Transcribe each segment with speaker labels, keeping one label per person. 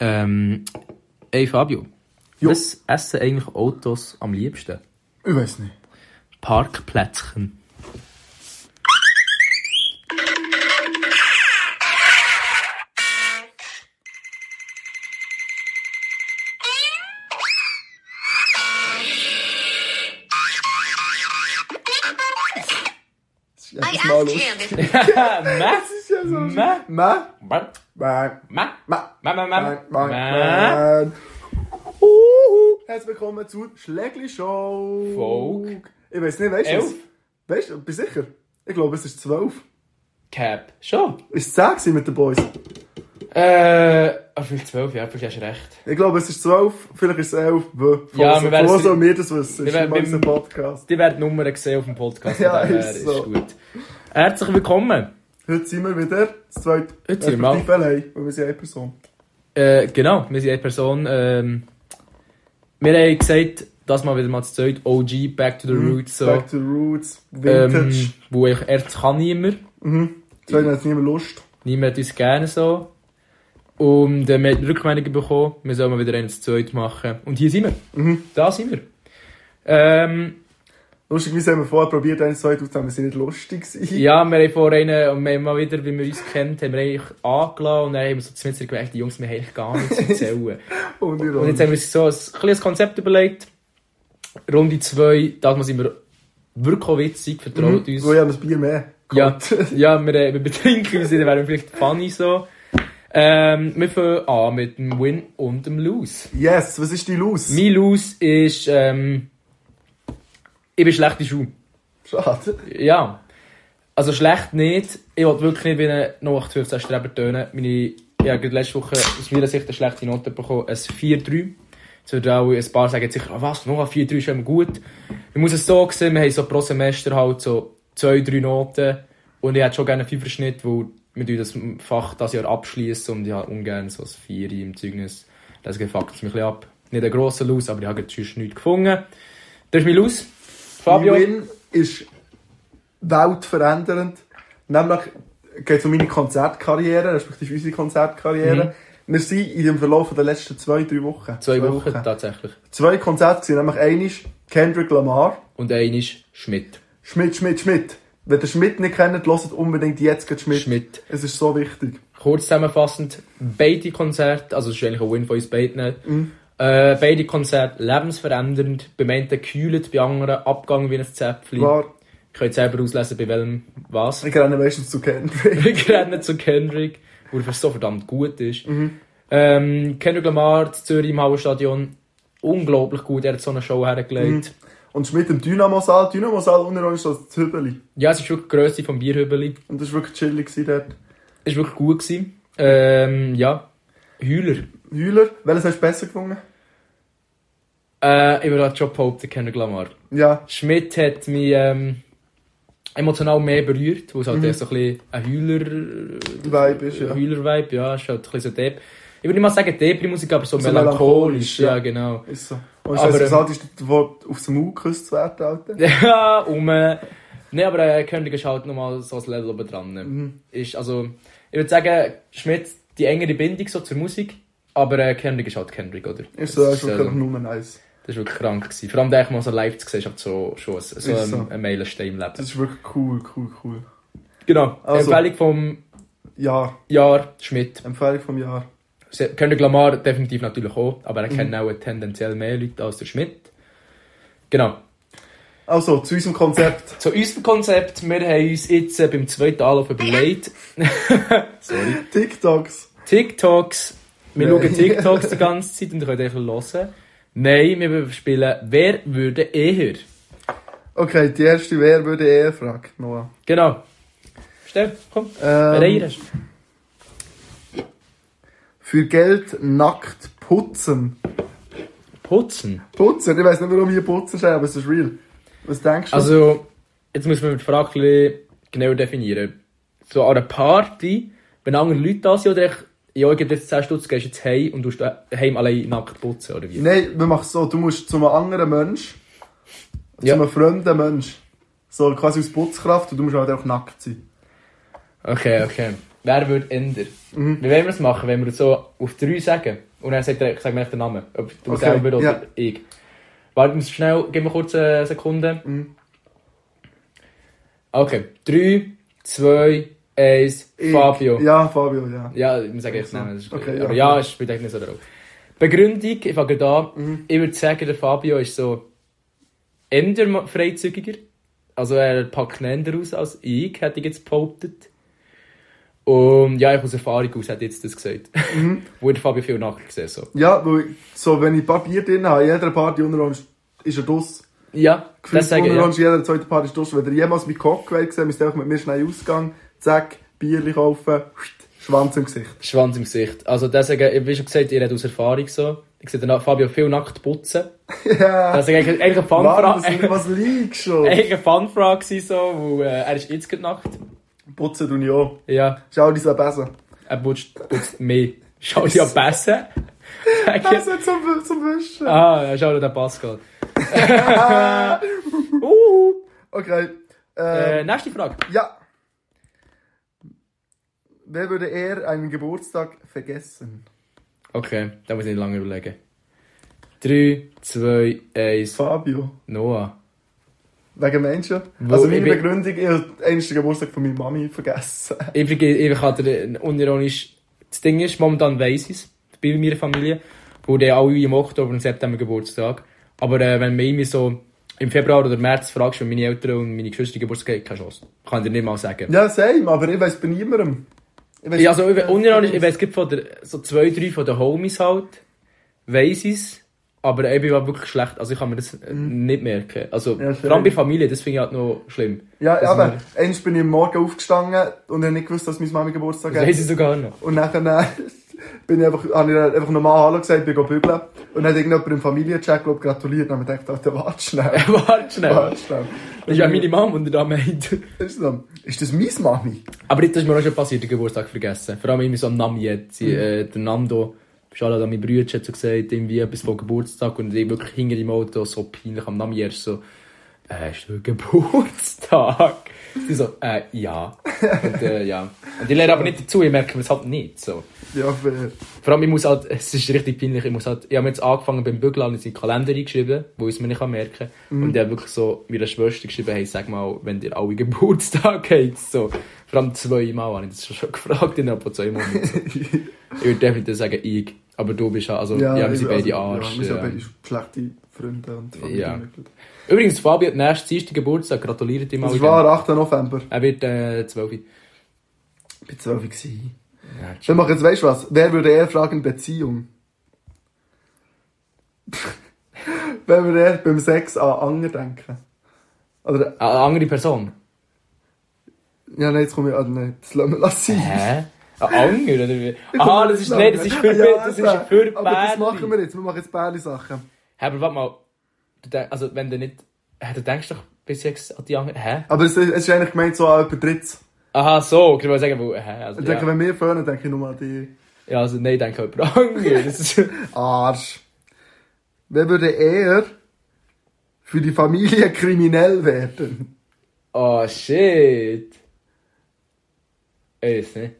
Speaker 1: Ähm, ey Fabio,
Speaker 2: Jo.
Speaker 1: was essen eigentlich Autos am liebsten?
Speaker 2: Ich weiß nicht.
Speaker 1: Parkplätzchen.
Speaker 2: Das ist jedes
Speaker 3: I
Speaker 2: Mal
Speaker 3: asked
Speaker 2: lustig.
Speaker 3: him if
Speaker 2: Das ist ja so
Speaker 1: Ma-
Speaker 2: Ma?
Speaker 1: Ma-
Speaker 2: Ma?
Speaker 1: ma-
Speaker 2: Ma?
Speaker 1: ma- ma-
Speaker 2: Ma?
Speaker 1: ma-
Speaker 2: Ma?
Speaker 1: ma-
Speaker 2: Ma? Uhu. Herzlich willkommen zu Schlägli Show.
Speaker 1: Folge
Speaker 2: Ich weiß nicht, weißt du
Speaker 1: elf.
Speaker 2: es? Weißt du, bist du sicher? Ich glaube, es ist 12.
Speaker 1: Cap. Schon?
Speaker 2: Ist es 10 gewesen mit den Boys?
Speaker 1: Äh, ah, vielleicht zwölf, ja, vielleicht hast du recht.
Speaker 2: Ich glaube, es ist 12, vielleicht ist es 11. Wo-
Speaker 1: Ja,
Speaker 2: wo-
Speaker 1: wir werden
Speaker 2: wo
Speaker 1: es-
Speaker 2: sollen wir das wissen?
Speaker 1: wir
Speaker 2: Das
Speaker 1: werden-
Speaker 2: ist unser Podcast.
Speaker 1: Die werden Nummern gesehen auf dem Podcast.
Speaker 2: Ja,
Speaker 1: von dem
Speaker 2: ist
Speaker 1: her
Speaker 2: so.
Speaker 1: gut. Herzlich willkommen.
Speaker 2: Heute sind wir wieder das zweite
Speaker 1: Heute sind wir mal-
Speaker 2: Respektive allein, weil wir sind eine Person.
Speaker 1: Äh, genau, wir sind eine Person. Ähm, wir haben gesagt, dass mal wieder mal zu zweit OG, Back to the Roots, so.
Speaker 2: Mhm, Back to the Roots, Vintage.
Speaker 1: ähm, wo ich erst kann niemand.
Speaker 2: Mhm. Zweitens hat niemand Lust.
Speaker 1: Niemand hat uns gerne so. Und äh, wir haben Rückmeldungen bekommen, wir sollen mal wieder eins zu zweit machen. Und hier sind wir. Da sind wir. Ähm,
Speaker 2: Lustigerweise haben wir vorher probiert, eins, zwei, drei, wir sind nicht lustig gewesen.
Speaker 1: ja, wir haben vorhin, äh, und wir haben mal wieder, wie wir uns kennt, haben wir eigentlich angelassen und dann haben wir so zumindest gemerkt, die Jungs, wir haben eigentlich gar nichts zu erzählen.
Speaker 2: Und,
Speaker 1: und jetzt haben wir uns so ein kleines Konzept überlegt. Runde 2, das mal sind wir wirklich auch witzig, vertraut uns.
Speaker 2: Wo haben das Bier mehr.
Speaker 1: Ja,
Speaker 2: geholt.
Speaker 1: ja wir, äh, wir betrinken uns, dann wären wir vielleicht funny so. Ähm, wir fangen an mit dem Win und dem Lose.
Speaker 2: Yes, was ist die Los?
Speaker 1: Mein Lose ist, ähm, ich bin schlecht in Schuhen.
Speaker 2: Schade.
Speaker 1: Ja. Also schlecht nicht. Ich wollte wirklich nicht wie ein 0815 Streber tönen. Meine, ich habe gerade letzte Woche aus meiner Sicht eine schlechte Note bekommen. Ein 4-3. Jetzt würden auch ein paar sagen jetzt sicher, ah, was, noch ein 4-3 ist immer gut. Ich muss es so sehen, wir haben so pro Semester halt so 2-3 Noten. Und ich hätte schon gerne einen 5er Schnitt, weil wir tun das Fach das Jahr abschließen und ich habe ungern so ein 4 im Zeugnis. Deswegen fuckt es mich ein bisschen ab. Nicht ein grosser Los, aber ich habe gerade sonst nichts gefunden. Das ist mein Los. Fabio.
Speaker 2: Mein Win ist weltverändernd. Nämlich geht es um meine Konzertkarriere, respektive unsere Konzertkarriere. Wir sind in dem Verlauf der letzten zwei, drei Wochen.
Speaker 1: Mhm. Zwei Wochen tatsächlich.
Speaker 2: Zwei Konzerte waren nämlich eines Kendrick Lamar.
Speaker 1: Und einer ist Schmidt.
Speaker 2: Schmidt, Schmidt, Schmidt. Wenn ihr Schmidt nicht kennt, lasst unbedingt jetzt gleich Schmidt.
Speaker 1: Schmidt.
Speaker 2: Es ist so wichtig.
Speaker 1: Kurz zusammenfassend, beide Konzerte, also es ist eigentlich ein Win von uns beiden. Äh, beide Konzerte lebensverändernd, bei manchen kühlt, bei anderen Abgang wie ein Zäpfchen.
Speaker 2: War,
Speaker 1: Ich kann selber auslesen, bei welchem was.
Speaker 2: ich renne meistens zu Kendrick.
Speaker 1: Wir rennen zu Kendrick, wo er so verdammt gut ist. Ähm, Kendrick Lamar zu Zürich im Hauenstadion, unglaublich gut, er hat so eine Show hergelegt.
Speaker 2: Und Schmidt im Dynamo-Saal. Dynamo-Saal unter uns ist das Hübeli.
Speaker 1: Ja, es ist wirklich die Grösse vom Bierhübeli.
Speaker 2: Und das war wirklich chillig gewesen dort.
Speaker 1: Es war wirklich gut. Gewesen. Ähm, ja, Heuler.
Speaker 2: Heuler, welches hast du besser gefunden?
Speaker 1: Äh, ich würde auch Job behaupten, Kendrick Lamar.
Speaker 2: Ja,
Speaker 1: Schmidt hat mich ähm, emotional mehr berührt, weil es halt erst so ein bisschen ein Heuler,
Speaker 2: der Mhm. Vibe ist, ja.
Speaker 1: Heuler-Vibe, ja, ist halt ein bisschen so deep. Ich würde nicht mal sagen depri Musik, aber so,
Speaker 2: So
Speaker 1: melancholisch,
Speaker 2: melancholisch,
Speaker 1: ja.
Speaker 2: ja.
Speaker 1: genau.
Speaker 2: Ist so. Und ich
Speaker 1: Aber,
Speaker 2: weiss,
Speaker 1: ähm,
Speaker 2: das Alter ist das Wort aufs Maul geküsst zu werden, Alter.
Speaker 1: Ja, um, äh, ne, aber äh, König ist halt nochmal so ein Level oben dran. ne.
Speaker 2: Mhm.
Speaker 1: Ist, also, ich würde sagen, Schmidt, die engere Bindung so zur Musik, aber äh, Kendrick ist halt Kendrick, oder?
Speaker 2: Ist so,
Speaker 1: Das
Speaker 2: ist wirklich
Speaker 1: also-
Speaker 2: einfach nur nice.
Speaker 1: Das war wirklich krank. Gewesen. Vor allem, da ich mal so live zu sehen, ist halt so, schon ein, so ein,
Speaker 2: Ist so.
Speaker 1: ein Meilenstein im Leben.
Speaker 2: Das ist wirklich cool, cool, cool.
Speaker 1: Genau.
Speaker 2: Also-
Speaker 1: Empfehlung vom
Speaker 2: Ja,
Speaker 1: Jahr, Schmidt.
Speaker 2: Empfehlung vom Jahr.
Speaker 1: Sie- Kendrick Lamar definitiv natürlich auch, aber er
Speaker 2: Mhm.
Speaker 1: kennt auch tendenziell mehr Leute als der Schmidt. Genau.
Speaker 2: Also, zu unserem Konzept.
Speaker 1: Zu unserem Konzept, wir haben uns jetzt äh, beim zweiten Anlauf überlegt,
Speaker 2: TikToks.
Speaker 1: TikToks. Wir
Speaker 2: Nein.
Speaker 1: schauen TikToks die ganze Zeit und könnt einfach hören. Nein, wir spielen Wer würde eher?
Speaker 2: Okay, die erste Wer würde eher fragen, Noah.
Speaker 1: Genau. Stell, komm. Wer eher
Speaker 2: Ähm,
Speaker 1: hast.
Speaker 2: für Geld nackt putzen.
Speaker 1: Putzen.
Speaker 2: Putzen? Ich weiß nicht, warum hier putzen steht, aber es ist real. Was denkst du?
Speaker 1: Also, jetzt muss man die Frage ein bisschen genauer definieren. So an einer Party, wenn andere Leute da sind, oder ich, ja, ich gebe dir jetzt 10 Stutz, gehst jetzt heim und tust heim allein nackt putzen, oder wie?
Speaker 2: Nein, man macht so, du musst zu einem anderen Mensch,
Speaker 1: Ja.
Speaker 2: zu einem fremden Mensch, so quasi aus Putzkraft, und du musst halt auch nackt sein. Mhm.
Speaker 1: Okay, okay. Wer würde ändern? Wie wollen wir es machen? Wenn wir so auf drei sagen? Und dann sagt er, sag mir einfach den Namen. Ob du
Speaker 2: Okay,
Speaker 1: selber oder
Speaker 2: ja.
Speaker 1: ich. Warte, muss schnell, gib mir kurz eine Sekunde.
Speaker 2: Mhm.
Speaker 1: Okay. 3, 2, 1,
Speaker 2: Ich-
Speaker 1: Fabio. Ja,
Speaker 2: Ja, Fabio, ja.
Speaker 1: wir sagen jetzt Namen. das ist-
Speaker 2: Okay,
Speaker 1: aber
Speaker 2: ja.
Speaker 1: ja, es spielt eigentlich nicht so eine Rolle. Begründung, ich fange da.
Speaker 2: Mhm.
Speaker 1: Ich würde sagen, der Fabio ist so eher freizügiger. Also er packt eher raus als ich, hätte ich jetzt behauptet. Und ja, ich aus Erfahrung aus hätte ich jetzt das gesagt.
Speaker 2: Mhm.
Speaker 1: Wo der Fabio viel nachgesehen so.
Speaker 2: Ja, weil so, wenn ich Papier drin habe, in jeder Party unter ist er draus.
Speaker 1: Ja,
Speaker 2: Gefühlt
Speaker 1: das
Speaker 2: unter
Speaker 1: sage ich. Ja.
Speaker 2: uns, jeder zweite Part ist draus. Wenn ihr jemals meinen Cock gewählt seht, müsst ihr einfach mit mir schnell ausgehen, zack, Bierli kaufen, Schwanz im Gesicht.
Speaker 1: Schwanz im Gesicht. Also deswegen, wie schon gesagt, ihr redet aus Erfahrung so. Ich sehe den Na- Fabio viel nackt putzen.
Speaker 2: Ja.
Speaker 1: Das war eigentlich eigentlich eine
Speaker 2: Mann,
Speaker 1: Funfrage.
Speaker 2: was, was liegt schon?
Speaker 1: Eigentlich eine Funfrage gewesen, so, weil äh, er ist jetzt gerade nackt.
Speaker 2: Putzen tue ich auch.
Speaker 1: Ja,
Speaker 2: Schau dein Besen.
Speaker 1: er putzt, putzt mehr. Schau dir an Bässe. Danke.
Speaker 2: Besen zum, zum Wischen.
Speaker 1: Ah, schau dir den Pascal. uh,
Speaker 2: Okay. Äh,
Speaker 1: äh, nächste Frage.
Speaker 2: Ja. Wer würde eher einen Geburtstag vergessen?
Speaker 1: Okay, da muss ich nicht lange überlegen. 3, 2, 1,
Speaker 2: Fabio.
Speaker 1: Noah.
Speaker 2: Wegen Menschen.
Speaker 1: Wo
Speaker 2: also
Speaker 1: ich
Speaker 2: meine
Speaker 1: bin-
Speaker 2: Begründung, ich habe einmal den Geburtstag von meiner Mami vergessen.
Speaker 1: Ich, verge- ich kann dir unironisch. Das Ding ist, momentan weiss ich es, bei meiner Familie, wo die alle im Oktober und September Geburtstag. Aber äh, wenn man irgendwie so im Februar oder März fragst, wenn meine Eltern und meine Geschwister Geburtstag haben, keine Chance. Kann ich dir nicht mal sagen.
Speaker 2: Ja, same, aber ich weiß bei niemandem. Ich weiss-
Speaker 1: Ja, also ich- unironisch, ich weiss, gibt von der, so zwei, drei von den Homies halt, weiss ich es. Aber ich bin halt wirklich schlecht, also ich kann mir das äh, nicht merken. Also,
Speaker 2: Mhm. Ja,
Speaker 1: vor allem
Speaker 2: same.
Speaker 1: bei Familie, das finde ich halt noch schlimm.
Speaker 2: Ja,
Speaker 1: Das
Speaker 2: aber
Speaker 1: ist
Speaker 2: eins bin ich am Morgen aufgestanden und habe nicht gewusst, dass meine Mami Geburtstag
Speaker 1: Das weiss Also ich
Speaker 2: hat.
Speaker 1: sogar noch.
Speaker 2: Und dann äh, bin ich einfach, habe ich ihr einfach normal Hallo gesagt, bin bügeln. Und dann hat irgendjemand im Familiencheck glaub, gratuliert und dann habe ich gedacht, Alter, warte schnell.
Speaker 1: Warte schnell.
Speaker 2: Warte schnell.
Speaker 1: Das ist ja meine Mama, die da meint.
Speaker 2: Ist das, ist das meine Mami?
Speaker 1: Aber das ist mir auch schon passiert, den Geburtstag vergessen. Vor allem irgendwie so am Nami jetzt. Mhm. Äh, der Nando, Charlotte an meinen Brüder hat so gesagt, irgendwie etwas von Geburtstag und ich wirklich hinter im Auto so peinlich am Nami erst so, äh, ist heute Geburtstag? Sie so, äh, ja. Und, äh, ja. Und ich lerne aber nicht dazu, ich merke es halt nicht, so.
Speaker 2: Ja, äh, fair.
Speaker 1: Vor allem, ich muss halt, es ist richtig peinlich, ich muss halt, ich habe jetzt angefangen beim Bügeln und in den Kalender eingeschrieben, wo ich es mir nicht merken kann.
Speaker 2: Mhm.
Speaker 1: Und der hat wirklich so meiner Schwester geschrieben, hey, sag mal, wenn ihr alle Geburtstag habt, so. Vor allem zweimal habe ich das schon gefragt, innerhalb von zwei Monaten. So. ich würde definitiv sagen, ich. Aber du bist ja, also, ja, wir sind beide
Speaker 2: Ja,
Speaker 1: Arsch.
Speaker 2: wir sind
Speaker 1: ja.
Speaker 2: beide schlechte Freunde und Familienmitglieder.
Speaker 1: Übrigens, Fabi hat nächstes Dienstag Geburtstag, gratuliere ihm
Speaker 2: Das
Speaker 1: alle.
Speaker 2: war am 8. November.
Speaker 1: Er wird, äh, 12.
Speaker 2: Ich war 12 gewesen.
Speaker 1: Ja,
Speaker 2: Dann mach jetzt, weißt du was? Wer würde eher fragen, Beziehung? Wenn wir eher beim Sex an Anger denken. Oder,
Speaker 1: Eine andere Person.
Speaker 2: ja, nein, jetzt komme ich, ah, nein, das lassen wir lassen.
Speaker 1: Hä? Ein Anger, oder wie? Ah, das ist, nein, das ist für,
Speaker 2: Ja,
Speaker 1: das
Speaker 2: eben.
Speaker 1: ist für
Speaker 2: Aber das
Speaker 1: Bärli.
Speaker 2: machen wir jetzt, wir machen jetzt Bärli-Sachen.
Speaker 1: Hä, aber warte mal. Du denk, also, wenn du nicht. Hä, du denkst doch bis jetzt an die anderen. Hä?
Speaker 2: Aber es, es ist eigentlich gemeint so an jemand Drittes.
Speaker 1: Aha, so. Ich wollte sagen, wo. Hä? Also,
Speaker 2: Ich
Speaker 1: ja.
Speaker 2: denke, wenn wir föhnen, denke ich nur an die
Speaker 1: ja, also, nein, denke an jemand anderes. Das ist-
Speaker 2: Arsch. Wer würde eher für die Familie kriminell werden?
Speaker 1: Oh, shit. Ey, ist nicht.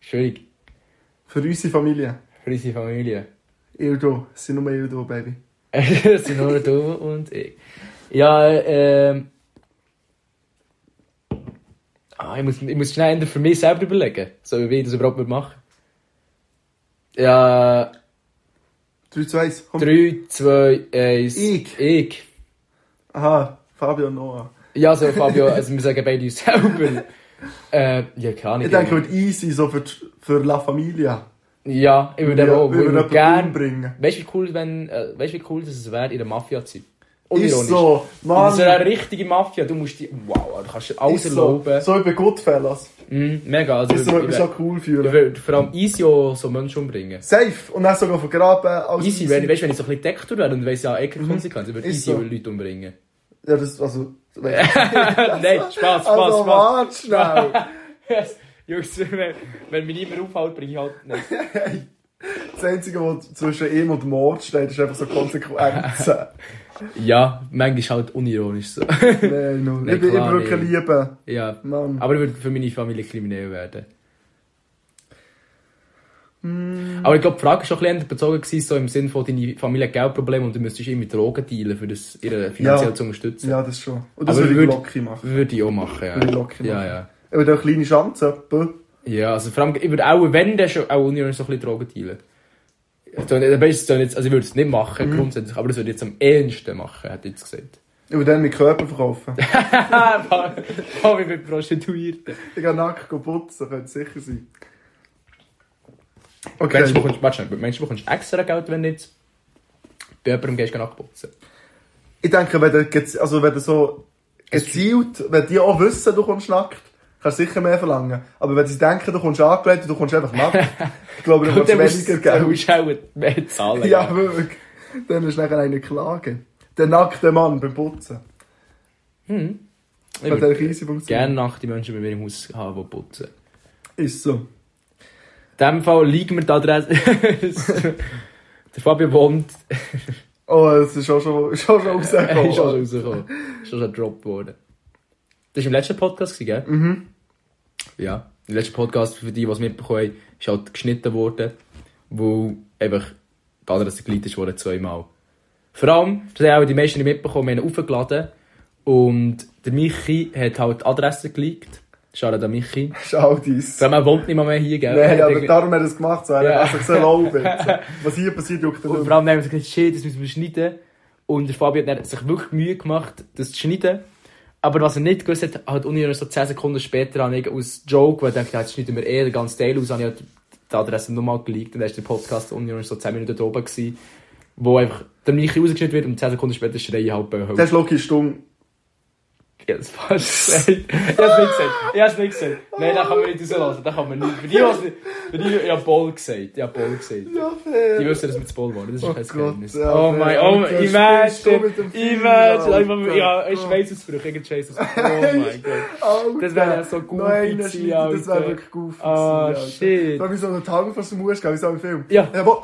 Speaker 1: Schwierig.
Speaker 2: Für unsere Familie.
Speaker 1: Für unsere Familie.
Speaker 2: Ihr da. Es sind nur ihr da, Baby.
Speaker 1: Es sind nur du und ich. Ja, ähm. Ah, ich, muss, ich muss schnell ändern für mich selber überlegen, so wie ich das überhaupt würde machen Ja.
Speaker 2: 3, 2, 1. Komm.
Speaker 1: 3, 2, 1.
Speaker 2: Ich.
Speaker 1: Ich.
Speaker 2: Aha, Fabio und Noah.
Speaker 1: Ja, so Fabio, also wir sagen beide uns selber. äh, ja, keine Ahnung.
Speaker 2: Ich denke, wird easy so für, die- für La Familia.
Speaker 1: Ja, ich würde
Speaker 2: Ja,
Speaker 1: aber auch
Speaker 2: wir würden
Speaker 1: würde
Speaker 2: jemanden
Speaker 1: gerne.
Speaker 2: umbringen.
Speaker 1: Weißt du, wie cool, wenn, äh, weißt, du, wie cool dass es wäre, in der Mafia zu sein?
Speaker 2: Ist so. Mann.
Speaker 1: Das wäre eine richtige Mafia. Du musst die. Wow, du kannst dir alles
Speaker 2: ist so.
Speaker 1: erlauben.
Speaker 2: So über Goodfellas.
Speaker 1: Mhm, mega. Also,
Speaker 2: Ist so,
Speaker 1: ich,
Speaker 2: ich so cool
Speaker 1: ich
Speaker 2: fühlen.
Speaker 1: würde vor allem easy auch so Menschen umbringen.
Speaker 2: Safe. Und dann sogar vergraben. Also, Alles
Speaker 1: Easy, wenn, weißt, du, wenn ich so ein bisschen Dektor wäre und weiss ja, eh keine Konsequenzen, ich würde
Speaker 2: Mhm. Ist
Speaker 1: easy
Speaker 2: so.
Speaker 1: Leute umbringen.
Speaker 2: Ja, das, also.
Speaker 1: Nein, Spaß, Spaß,
Speaker 2: also,
Speaker 1: Spaß.
Speaker 2: warte schnell.
Speaker 1: Yes. Jungs, wenn, wenn mich niemand aufhält, bringe ich halt nicht.
Speaker 2: Das Einzige, was zwischen ihm und Mord steht, ist einfach so Konsequenzen.
Speaker 1: Ja, manchmal halt unironisch so.
Speaker 2: Nein, no.
Speaker 1: Nein,
Speaker 2: ich bin
Speaker 1: klar,
Speaker 2: immer wirklich
Speaker 1: nee.
Speaker 2: lieben.
Speaker 1: ja.
Speaker 2: Mann.
Speaker 1: Aber ich würde für meine Familie kriminell werden. Aber ich glaube, die Frage war schon ein bisschen eher bezogen, gewesen, so im Sinne von, deine Familie hat Geldprobleme und du müsstest immer Drogen dealen, für das ihre finanziell
Speaker 2: Ja.
Speaker 1: zu unterstützen.
Speaker 2: Ja, das schon. Und das
Speaker 1: Aber
Speaker 2: würde ich
Speaker 1: würd-
Speaker 2: locker machen.
Speaker 1: Würde ich auch machen, ja.
Speaker 2: Würde ich locker
Speaker 1: ja,
Speaker 2: machen.
Speaker 1: ja.
Speaker 2: Aber da eine kleine Schanze, etwa.
Speaker 1: Ja, also vor allem, ich würde auch, wenn, dann schon auch Union so ein bisschen Drogen dealen. Ich tue nicht- am besten tue ich jetzt- Also ich würde es nicht machen, grundsätzlich, aber das würde ich jetzt am ehesten machen, hat jetzt gesagt.
Speaker 2: Und dann meinen Körper verkaufen.
Speaker 1: Haha, Fabi mit Prostituierten.
Speaker 2: ich gehe nackt putzen, könnte sicher sein.
Speaker 1: Meinst du,
Speaker 2: Okay.
Speaker 1: bekommst, warte schnell, meinst du, bekommst extra Geld, wenn du jetzt bei jemandem gehst, geh nachputzen?
Speaker 2: Ich denke, wenn du, gez- also wenn du so gezielt, wenn die auch wissen, du kommst nackt, kannst du sicher mehr verlangen. Aber wenn sie denken, du kommst angelegt und du kommst einfach nackt, ich glaube, du
Speaker 1: Und dann
Speaker 2: kommst
Speaker 1: musst
Speaker 2: weniger
Speaker 1: dann
Speaker 2: Geld.
Speaker 1: musst du auch mehr zahlen.
Speaker 2: Ja, wirklich. Dann ist nachher eine Klage. Der nackte Mann beim Putzen.
Speaker 1: Hm. Ich
Speaker 2: Bei
Speaker 1: würde
Speaker 2: dieser Kiesebung
Speaker 1: gerne nachts die Menschen bei mir im Haus haben, die putzen.
Speaker 2: Ist so.
Speaker 1: In dem Fall liegen wir die Adresse. Der Fabio wohnt,
Speaker 2: Oh, es ist auch schon, ist auch schon
Speaker 1: er ist schon
Speaker 2: rausgekommen.
Speaker 1: rausgekommen. Ist schon gedroppt worden. Das war im letzten Podcast, gell?
Speaker 2: mhm.
Speaker 1: Ja. Der letzte Podcast, für die, die es mitbekommen haben, ist halt geschnitten worden, wo einfach die Adresse geleitet wurde zweimal. Vor allem, das haben auch die meisten nicht mitbekommen, wir haben ihn aufgeladen und der Michi hat halt die Adresse geleakt. Schade an Michi.
Speaker 2: Schau dies.
Speaker 1: Vor allem, er wohnt nicht mal mehr hier, gell? Er hat
Speaker 2: Nein, aber
Speaker 1: irgendwie-
Speaker 2: darum hat er es gemacht, so. Er
Speaker 1: Ja.
Speaker 2: hat sich so erlaubt. Was hier passiert, juckt er
Speaker 1: Und
Speaker 2: nicht.
Speaker 1: vor allem haben wir gesagt, shit, das müssen wir schneiden. Und der Fabi hat dann sich wirklich Mühe gemacht, das zu schneiden. Aber was er nicht gewusst hat, hat Uni so 10 Sekunden später an aus Joke, weil er dachte, ja, jetzt schneiden wir eh den ganzen Teil aus, habe ich halt die Adresse nochmal geleakt. Und dann ist der Podcast Uni so 10 Minuten da oben gewesen, wo einfach der Michi rausgeschnitten wird und 10 Sekunden später schreie ich halt bei
Speaker 2: Das
Speaker 1: Höllen.
Speaker 2: ist logisch dumm.
Speaker 1: Ich hab's falsch gesagt. Ich hab's nicht gesagt. Ich hab's nicht gesagt. Nein, das kann man nicht rauslassen. Das kann man nicht. Für die, was nicht... Für die, ich hab Ball gesagt. Ich hab Ball gesagt.
Speaker 2: Ja, fair.
Speaker 1: Die wissen, dass wir zu Ball waren. Das ist
Speaker 2: Oh
Speaker 1: kein
Speaker 2: Gott,
Speaker 1: Geheimnis.
Speaker 2: ja,
Speaker 1: oh
Speaker 2: ja,
Speaker 1: mein,
Speaker 2: ja,
Speaker 1: oh
Speaker 2: das
Speaker 1: mein,
Speaker 2: spielst du
Speaker 1: imagine,
Speaker 2: mit dem Feuer,
Speaker 1: imagine, einfach,
Speaker 2: Alter.
Speaker 1: ja, ein Schweißausbruch, irgendein Schweißausbruch. Oh mein Gott.
Speaker 2: Alter.
Speaker 1: Das wäre ja so gut
Speaker 2: Nein, das
Speaker 1: gewesen,
Speaker 2: wäre das
Speaker 1: Alter.
Speaker 2: wär wirklich gut.
Speaker 1: Ah, shit.
Speaker 2: Da habe ich so einen Tang vor dem Mund gehabt, wie so im Film.
Speaker 1: Ja.
Speaker 2: aber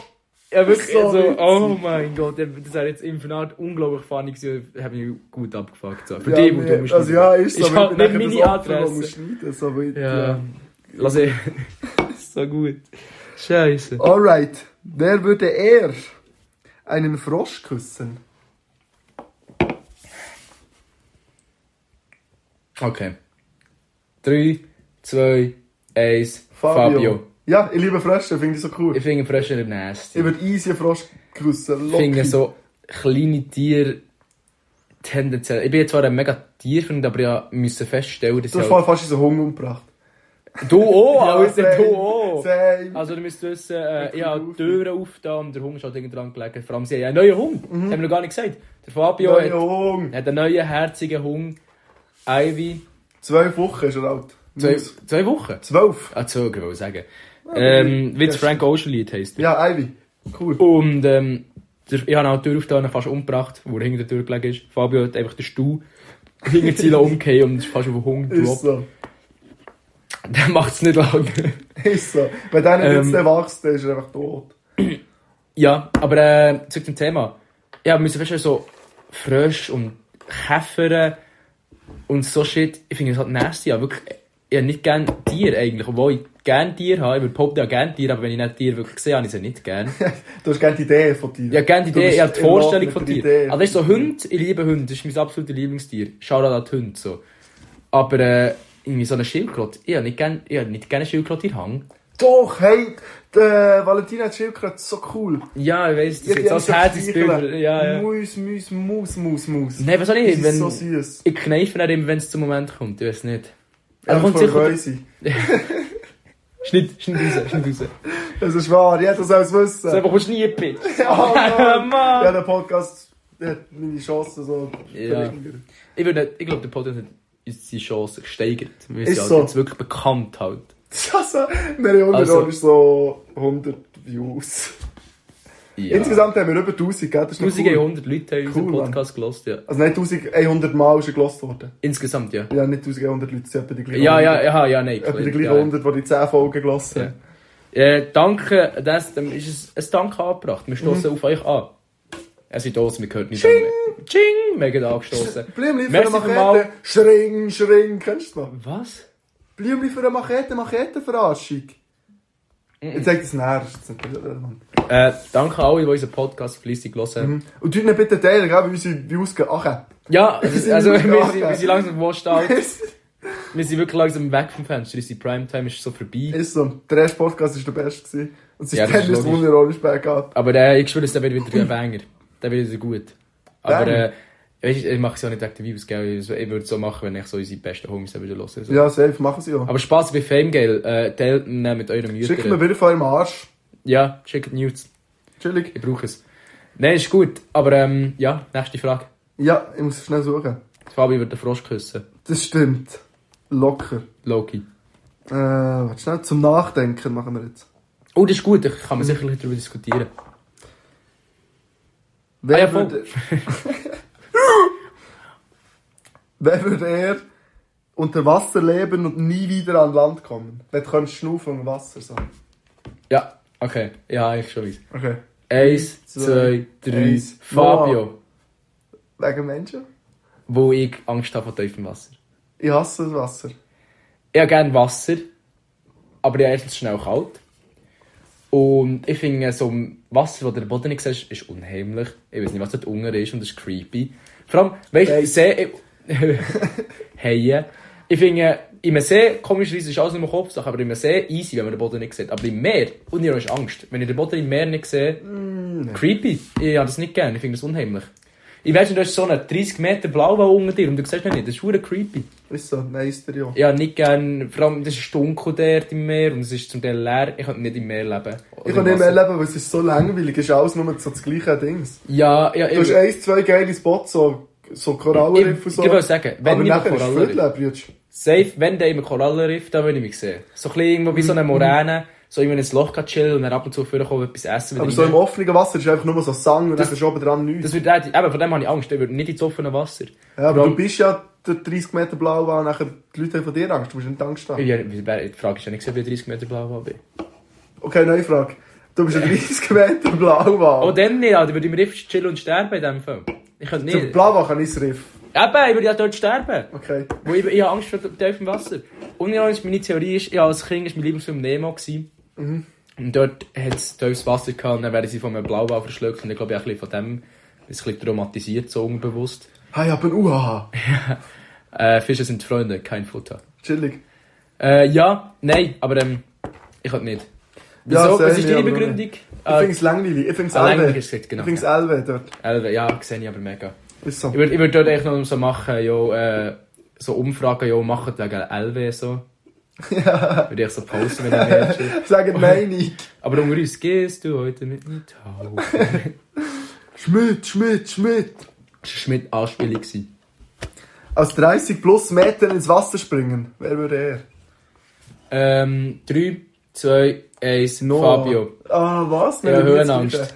Speaker 1: Ja, wirklich,
Speaker 2: So
Speaker 1: also,
Speaker 2: witzig.
Speaker 1: oh mein Gott, das wäre jetzt im Finale unglaublich funny gewesen, habe ich gut abgefuckt. So. Für
Speaker 2: ja,
Speaker 1: die, wo
Speaker 2: nee,
Speaker 1: du musst.
Speaker 2: Also ja, ist so.
Speaker 1: Ich
Speaker 2: aber
Speaker 1: hab
Speaker 2: bin
Speaker 1: nicht
Speaker 2: nachher
Speaker 1: meine
Speaker 2: das Opfer, das muss
Speaker 1: Adresse.
Speaker 2: schneiden, so weit,
Speaker 1: Ja. Lass ich. so gut. Scheiße.
Speaker 2: Alright. Wer würde eher einen Frosch küssen?
Speaker 1: Okay. 3, 2, 1. Fabio.
Speaker 2: Ja, ich liebe Frösche, finde ich so cool.
Speaker 1: Ich
Speaker 2: Ich,
Speaker 1: finde Frösche nicht nasty.
Speaker 2: würde easy einen Frosch küssen.
Speaker 1: Ich finde
Speaker 2: locker.
Speaker 1: so kleine Tiere tendenziell. Ich bin jetzt zwar ein mega Tierfreund, aber ich hab müssen feststellen, dass
Speaker 2: Du hast
Speaker 1: ich.
Speaker 2: vorher fast unseren Hunger umgebracht.
Speaker 1: halt- Du auch,
Speaker 2: Ja,
Speaker 1: Alter,
Speaker 2: same,
Speaker 1: du auch!
Speaker 2: Same.
Speaker 1: Also, du müsst wissen, äh, ich
Speaker 2: Wirklich
Speaker 1: habe die
Speaker 2: auf.
Speaker 1: Türen aufgetan und der Hund ist halt irgendwie dran gelegen. Vor allem, sie haben einen neuen Hund.
Speaker 2: Mhm.
Speaker 1: Das haben wir noch gar nicht gesagt. Der Fabio
Speaker 2: Nein,
Speaker 1: hat,
Speaker 2: Hunger.
Speaker 1: hat einen neuen, herzigen Hund. Ivy.
Speaker 2: Zwölf Wochen ist er alt.
Speaker 1: Zwei, zwei Wochen?
Speaker 2: Zwölf?
Speaker 1: Ah, zwei, wollte ich sagen. Ähm, wie das Frank Ocean Lied heisst.
Speaker 2: Ja, Ivy. Cool.
Speaker 1: Und ähm, der, ich habe auch die Tür aufgetan und fast umgebracht, wo er hinter der Tür gelegen ist. Fabio hat einfach den Stuhl hinter die Ziele umgehängt und ist fast auf den Hunger
Speaker 2: Ist
Speaker 1: gedroppt.
Speaker 2: so.
Speaker 1: Der macht es nicht lange.
Speaker 2: Ist so. Wenn der nicht
Speaker 1: Ähm.
Speaker 2: jetzt nicht wächst, dann ist er einfach tot.
Speaker 1: ja, aber äh, zurück zum Thema. Ja, wir müssen feststellen, so Frösche und Käfer äh, und so Shit, ich finde das halt nasty. Ja, wirklich, ich habe nicht gerne Tiere eigentlich, obwohl ich gerne Tiere habe. Ich würde behaupten, ich habe gerne Tiere, aber wenn ich nicht Tiere wirklich sehe, habe ich sie nicht gerne.
Speaker 2: Du hast gerne die Idee von dir.
Speaker 1: Ja, gerne die
Speaker 2: Du
Speaker 1: Idee,
Speaker 2: bist
Speaker 1: ich habe die
Speaker 2: in Love
Speaker 1: Vorstellung
Speaker 2: mit
Speaker 1: von
Speaker 2: der
Speaker 1: dir.
Speaker 2: Idee.
Speaker 1: Aber das ist so Hund, ich liebe Hunde, das ist mein absolutes Lieblingstier. Schau da an die Hunde so. Aber äh, irgendwie so eine Schildkröte, ich habe nicht gerne gern eine Schildkröte in den Hang.
Speaker 2: Doch, hey, der Valentina hat Schildkröte so cool.
Speaker 1: Ja, ich weiss, das ist jetzt als Herzensbild. Ja, ja.
Speaker 2: Maus, Maus, Maus, Maus, Maus.
Speaker 1: Nein, was soll
Speaker 2: Das
Speaker 1: ich,
Speaker 2: ist
Speaker 1: wenn... Also
Speaker 2: so süß.
Speaker 1: ich kneife dann immer, wenn es zum Moment kommt, ich weiß nicht.
Speaker 2: Er
Speaker 1: Also
Speaker 2: kommt
Speaker 1: kommt sicher...
Speaker 2: sicher.
Speaker 1: Schnitt, schnitt raus, schnitt raus.
Speaker 2: Das ist wahr, jeder soll es
Speaker 1: So,
Speaker 2: wissen.
Speaker 1: aber kommst du nie in die Bitch.
Speaker 2: Oh, Mann.
Speaker 1: Mann.
Speaker 2: Ja, der Podcast hat meine Chancen so
Speaker 1: Ja.
Speaker 2: verringert.
Speaker 1: Ich, würde nicht- ich glaube, der Podcast hat uns die Chance gesteigert. Wir
Speaker 2: Ist
Speaker 1: sind halt
Speaker 2: so.
Speaker 1: jetzt wirklich bekannt halt.
Speaker 2: Also, Millionen
Speaker 1: Also-
Speaker 2: also. ist so 100 Views.
Speaker 1: Ja.
Speaker 2: Insgesamt haben wir über 1000, gell? Das ist noch
Speaker 1: 1100 Leute haben unseren
Speaker 2: Cool, Mann.
Speaker 1: Podcast gelost, ja.
Speaker 2: Also nicht 1100 Mal ist er gelost worden.
Speaker 1: Insgesamt, ja.
Speaker 2: Ja, nicht 1100 Leute, es sind etwa die gleichen
Speaker 1: Ja, ja,
Speaker 2: 100.
Speaker 1: ja, ja, nein.
Speaker 2: Etwa die
Speaker 1: klar,
Speaker 2: gleichen
Speaker 1: ja.
Speaker 2: 100, die die 10 Folgen gelassen haben.
Speaker 1: Äh, danke, das, dem ist es ein Dank angebracht. Wir stoßen
Speaker 2: Mhm.
Speaker 1: auf euch an. Es ist Dose, wir hören nicht Ching! Ching! Mega da angestoßen.
Speaker 2: Blümli für eine
Speaker 1: Merci
Speaker 2: Machete. Schring, schring, kennst du das?
Speaker 1: Was?
Speaker 2: Blümli für eine Machete, Machetenverarschung. Jetzt sagt es näher, das ist nicht relevant.
Speaker 1: Äh, danke allen, die unseren Podcast fleissig hören.
Speaker 2: Mhm. Und tut nicht bitte teilen, gell, wie unsere Views gehen. Ach, äh,
Speaker 1: Ja, also,
Speaker 2: sind
Speaker 1: also wir,
Speaker 2: nicht
Speaker 1: sind,
Speaker 2: angefangen.
Speaker 1: wir sind langsam washed out.
Speaker 2: ist
Speaker 1: Wir sind wirklich langsam weg vom Fenster. Unsere Primetime ist so vorbei.
Speaker 2: so. Der erste Podcast war der beste. gewesen. Und
Speaker 1: Ja,
Speaker 2: seitdem
Speaker 1: das ist
Speaker 2: ist es
Speaker 1: logisch.
Speaker 2: unironisch bergab.
Speaker 1: Aber äh, ich schwöre, es wird wieder ein Banger. Der wird wieder gut. Aber
Speaker 2: Banger.
Speaker 1: äh, weisst du, ich mache es ja nicht wegen der Views, gell? Ich würde es so machen, wenn ich so unsere besten Homies wieder höre. So.
Speaker 2: Ja, safe, machen sie auch.
Speaker 1: Aber Spaß bei Famegale. Äh, teilt ihn äh, mit euren
Speaker 2: Schickt mir
Speaker 1: Müttern.
Speaker 2: wieder vor allem Arsch.
Speaker 1: Ja, schickt News.
Speaker 2: Chillig.
Speaker 1: Ich brauche es. Nein, ist gut. Aber ähm, ja, nächste Frage.
Speaker 2: Ja, ich muss schnell suchen.
Speaker 1: Fabi wird den Frosch küssen.
Speaker 2: Das stimmt. Locker.
Speaker 1: Loki.
Speaker 2: Äh, warte schnell. Zum Nachdenken machen wir jetzt.
Speaker 1: Oh, das ist gut. Da kann man sicherlich darüber diskutieren.
Speaker 2: Wer
Speaker 1: Ah ja, voll.
Speaker 2: würde... Wer würde eher unter Wasser leben und nie wieder an Land kommen? Wenn du könntest schnaufen und Wasser so.
Speaker 1: Ja, okay. Ja, ich schon weiß.
Speaker 2: Okay.
Speaker 1: Eins,
Speaker 2: zwei,
Speaker 1: zwei, drei.
Speaker 2: eins.
Speaker 1: Fabio.
Speaker 2: Wegen Menschen?
Speaker 1: Wo ich Angst habe vor tiefem Wasser.
Speaker 2: Ich hasse das Wasser.
Speaker 1: Ich habe gerne Wasser, aber ich habe erstens schnell kalt. Und ich finde, so ein Wasser, das du den Boden nicht siehst, ist unheimlich. Ich weiß nicht, was dort unten ist und das ist creepy. Vor allem, weißt du,
Speaker 2: Hey.
Speaker 1: See... hey, ich finde, in einem See, komischerweise ist alles nur im Kopf, aber in einem See easy, wenn man den Boden nicht sieht. Aber im Meer, und ihr habt Angst. Wenn ich den Boden im Meer nicht sehe, creepy. Ich habe das nicht gerne, ich finde das unheimlich. Ich weiß nicht, du hast so einen 30 Meter Blauwall unter dir und du siehst ihn nicht, das ist verdammt creepy.
Speaker 2: Ist so, nein, ist der ja.
Speaker 1: Ja, nicht gern. Vor allem, das ist dunkel dort im Meer und es ist zum Teil leer. Ich könnte nicht im Meer leben.
Speaker 2: Ich kann nicht mehr leben, weil es ist so langweilig. Es ist alles nur so das gleiche Dings.
Speaker 1: Ja, ja,
Speaker 2: Du
Speaker 1: ich,
Speaker 2: hast
Speaker 1: ich,
Speaker 2: eins, zwei geile Spots, so, so Korallenriff und
Speaker 1: ich,
Speaker 2: so.
Speaker 1: will sagen, wenn
Speaker 2: Aber
Speaker 1: ich
Speaker 2: nachher ist
Speaker 1: Korallenriff,
Speaker 2: Viertel, Brütsch.
Speaker 1: safe, wenn der im Korallenriff, dann will ich mich sehen. So ein bisschen irgendwo wie so
Speaker 2: Mhm.
Speaker 1: eine Moräne, so in einem Loch kann chillen und dann ab und zu vorkommen, etwas essen. wieder
Speaker 2: Aber so
Speaker 1: rein.
Speaker 2: im offenen Wasser ist einfach nur so Sang und dann ist oben dran nichts.
Speaker 1: das wird auch, eben, von dem habe ich Angst, der würde nicht ins offene Wasser.
Speaker 2: Ja, aber
Speaker 1: Vor
Speaker 2: du
Speaker 1: allem-
Speaker 2: bist ja der 30 Meter blau war, nachher die Leute haben von dir Angst, du musst nicht Angst haben.
Speaker 1: Ja, die Frage ist ja nicht, ob ich 30 Meter blau war.
Speaker 2: Okay, neue Frage. Du bist ein 30 Meter blau war.
Speaker 1: Aber dann nicht, Alter, ich würde im Riff chillen und sterben in diesem Fall. Ich könnte nicht.
Speaker 2: Der
Speaker 1: Eben,
Speaker 2: blau war kann ich Riff.
Speaker 1: ich würde ja dort sterben.
Speaker 2: Okay.
Speaker 1: Wo ich, ich habe Angst vor tiefem Wasser. Und ja, meine Theorie ist, ja, als Kind war mein Lieblingsfilm Nemo. Mhm. Und dort hat es tiefes Wasser gehabt und dann werden sie von einem Blauwal verschluckt. Und ich glaube, ich habe ein bisschen von dem ein bisschen traumatisiert, so unbewusst.
Speaker 2: Hey, aber UHH.
Speaker 1: Äh, Fische sind Freunde, kein Futter.
Speaker 2: Chillig.
Speaker 1: Äh, ja, nein, aber ähm, ich kann nicht. Wieso?
Speaker 2: Ja, same,
Speaker 1: Was ist deine
Speaker 2: ja, aber
Speaker 1: Begründung?
Speaker 2: Ich
Speaker 1: Äh,
Speaker 2: find's langweilig. Ich find's
Speaker 1: ah,
Speaker 2: Elbe.
Speaker 1: langweilig
Speaker 2: Ich
Speaker 1: ist es, genau.
Speaker 2: find's Elbe dort.
Speaker 1: Elbe, ja, sehe ich aber mega.
Speaker 2: Ist so.
Speaker 1: Ich würde ich würd dort echt noch so machen, jo, äh, so Umfragen, jo, machen wegen LW so. Ja. Würde ich so posten, wenn ich mehr chillt.
Speaker 2: Sagen die Meinung.
Speaker 1: Aber unter uns gehst du heute mit mir tauchen.
Speaker 2: Schmidt, Schmidt, Schmidt.
Speaker 1: Das war mit Anspielung.
Speaker 2: Aus 30 plus Metern ins Wasser springen. Wer würde er?
Speaker 1: Ähm, 3, 2, 1, Oh. Fabio.
Speaker 2: Ah, was?
Speaker 1: Ja,
Speaker 2: Nehmen wir jetzt
Speaker 1: Höhenangst.
Speaker 2: wieder.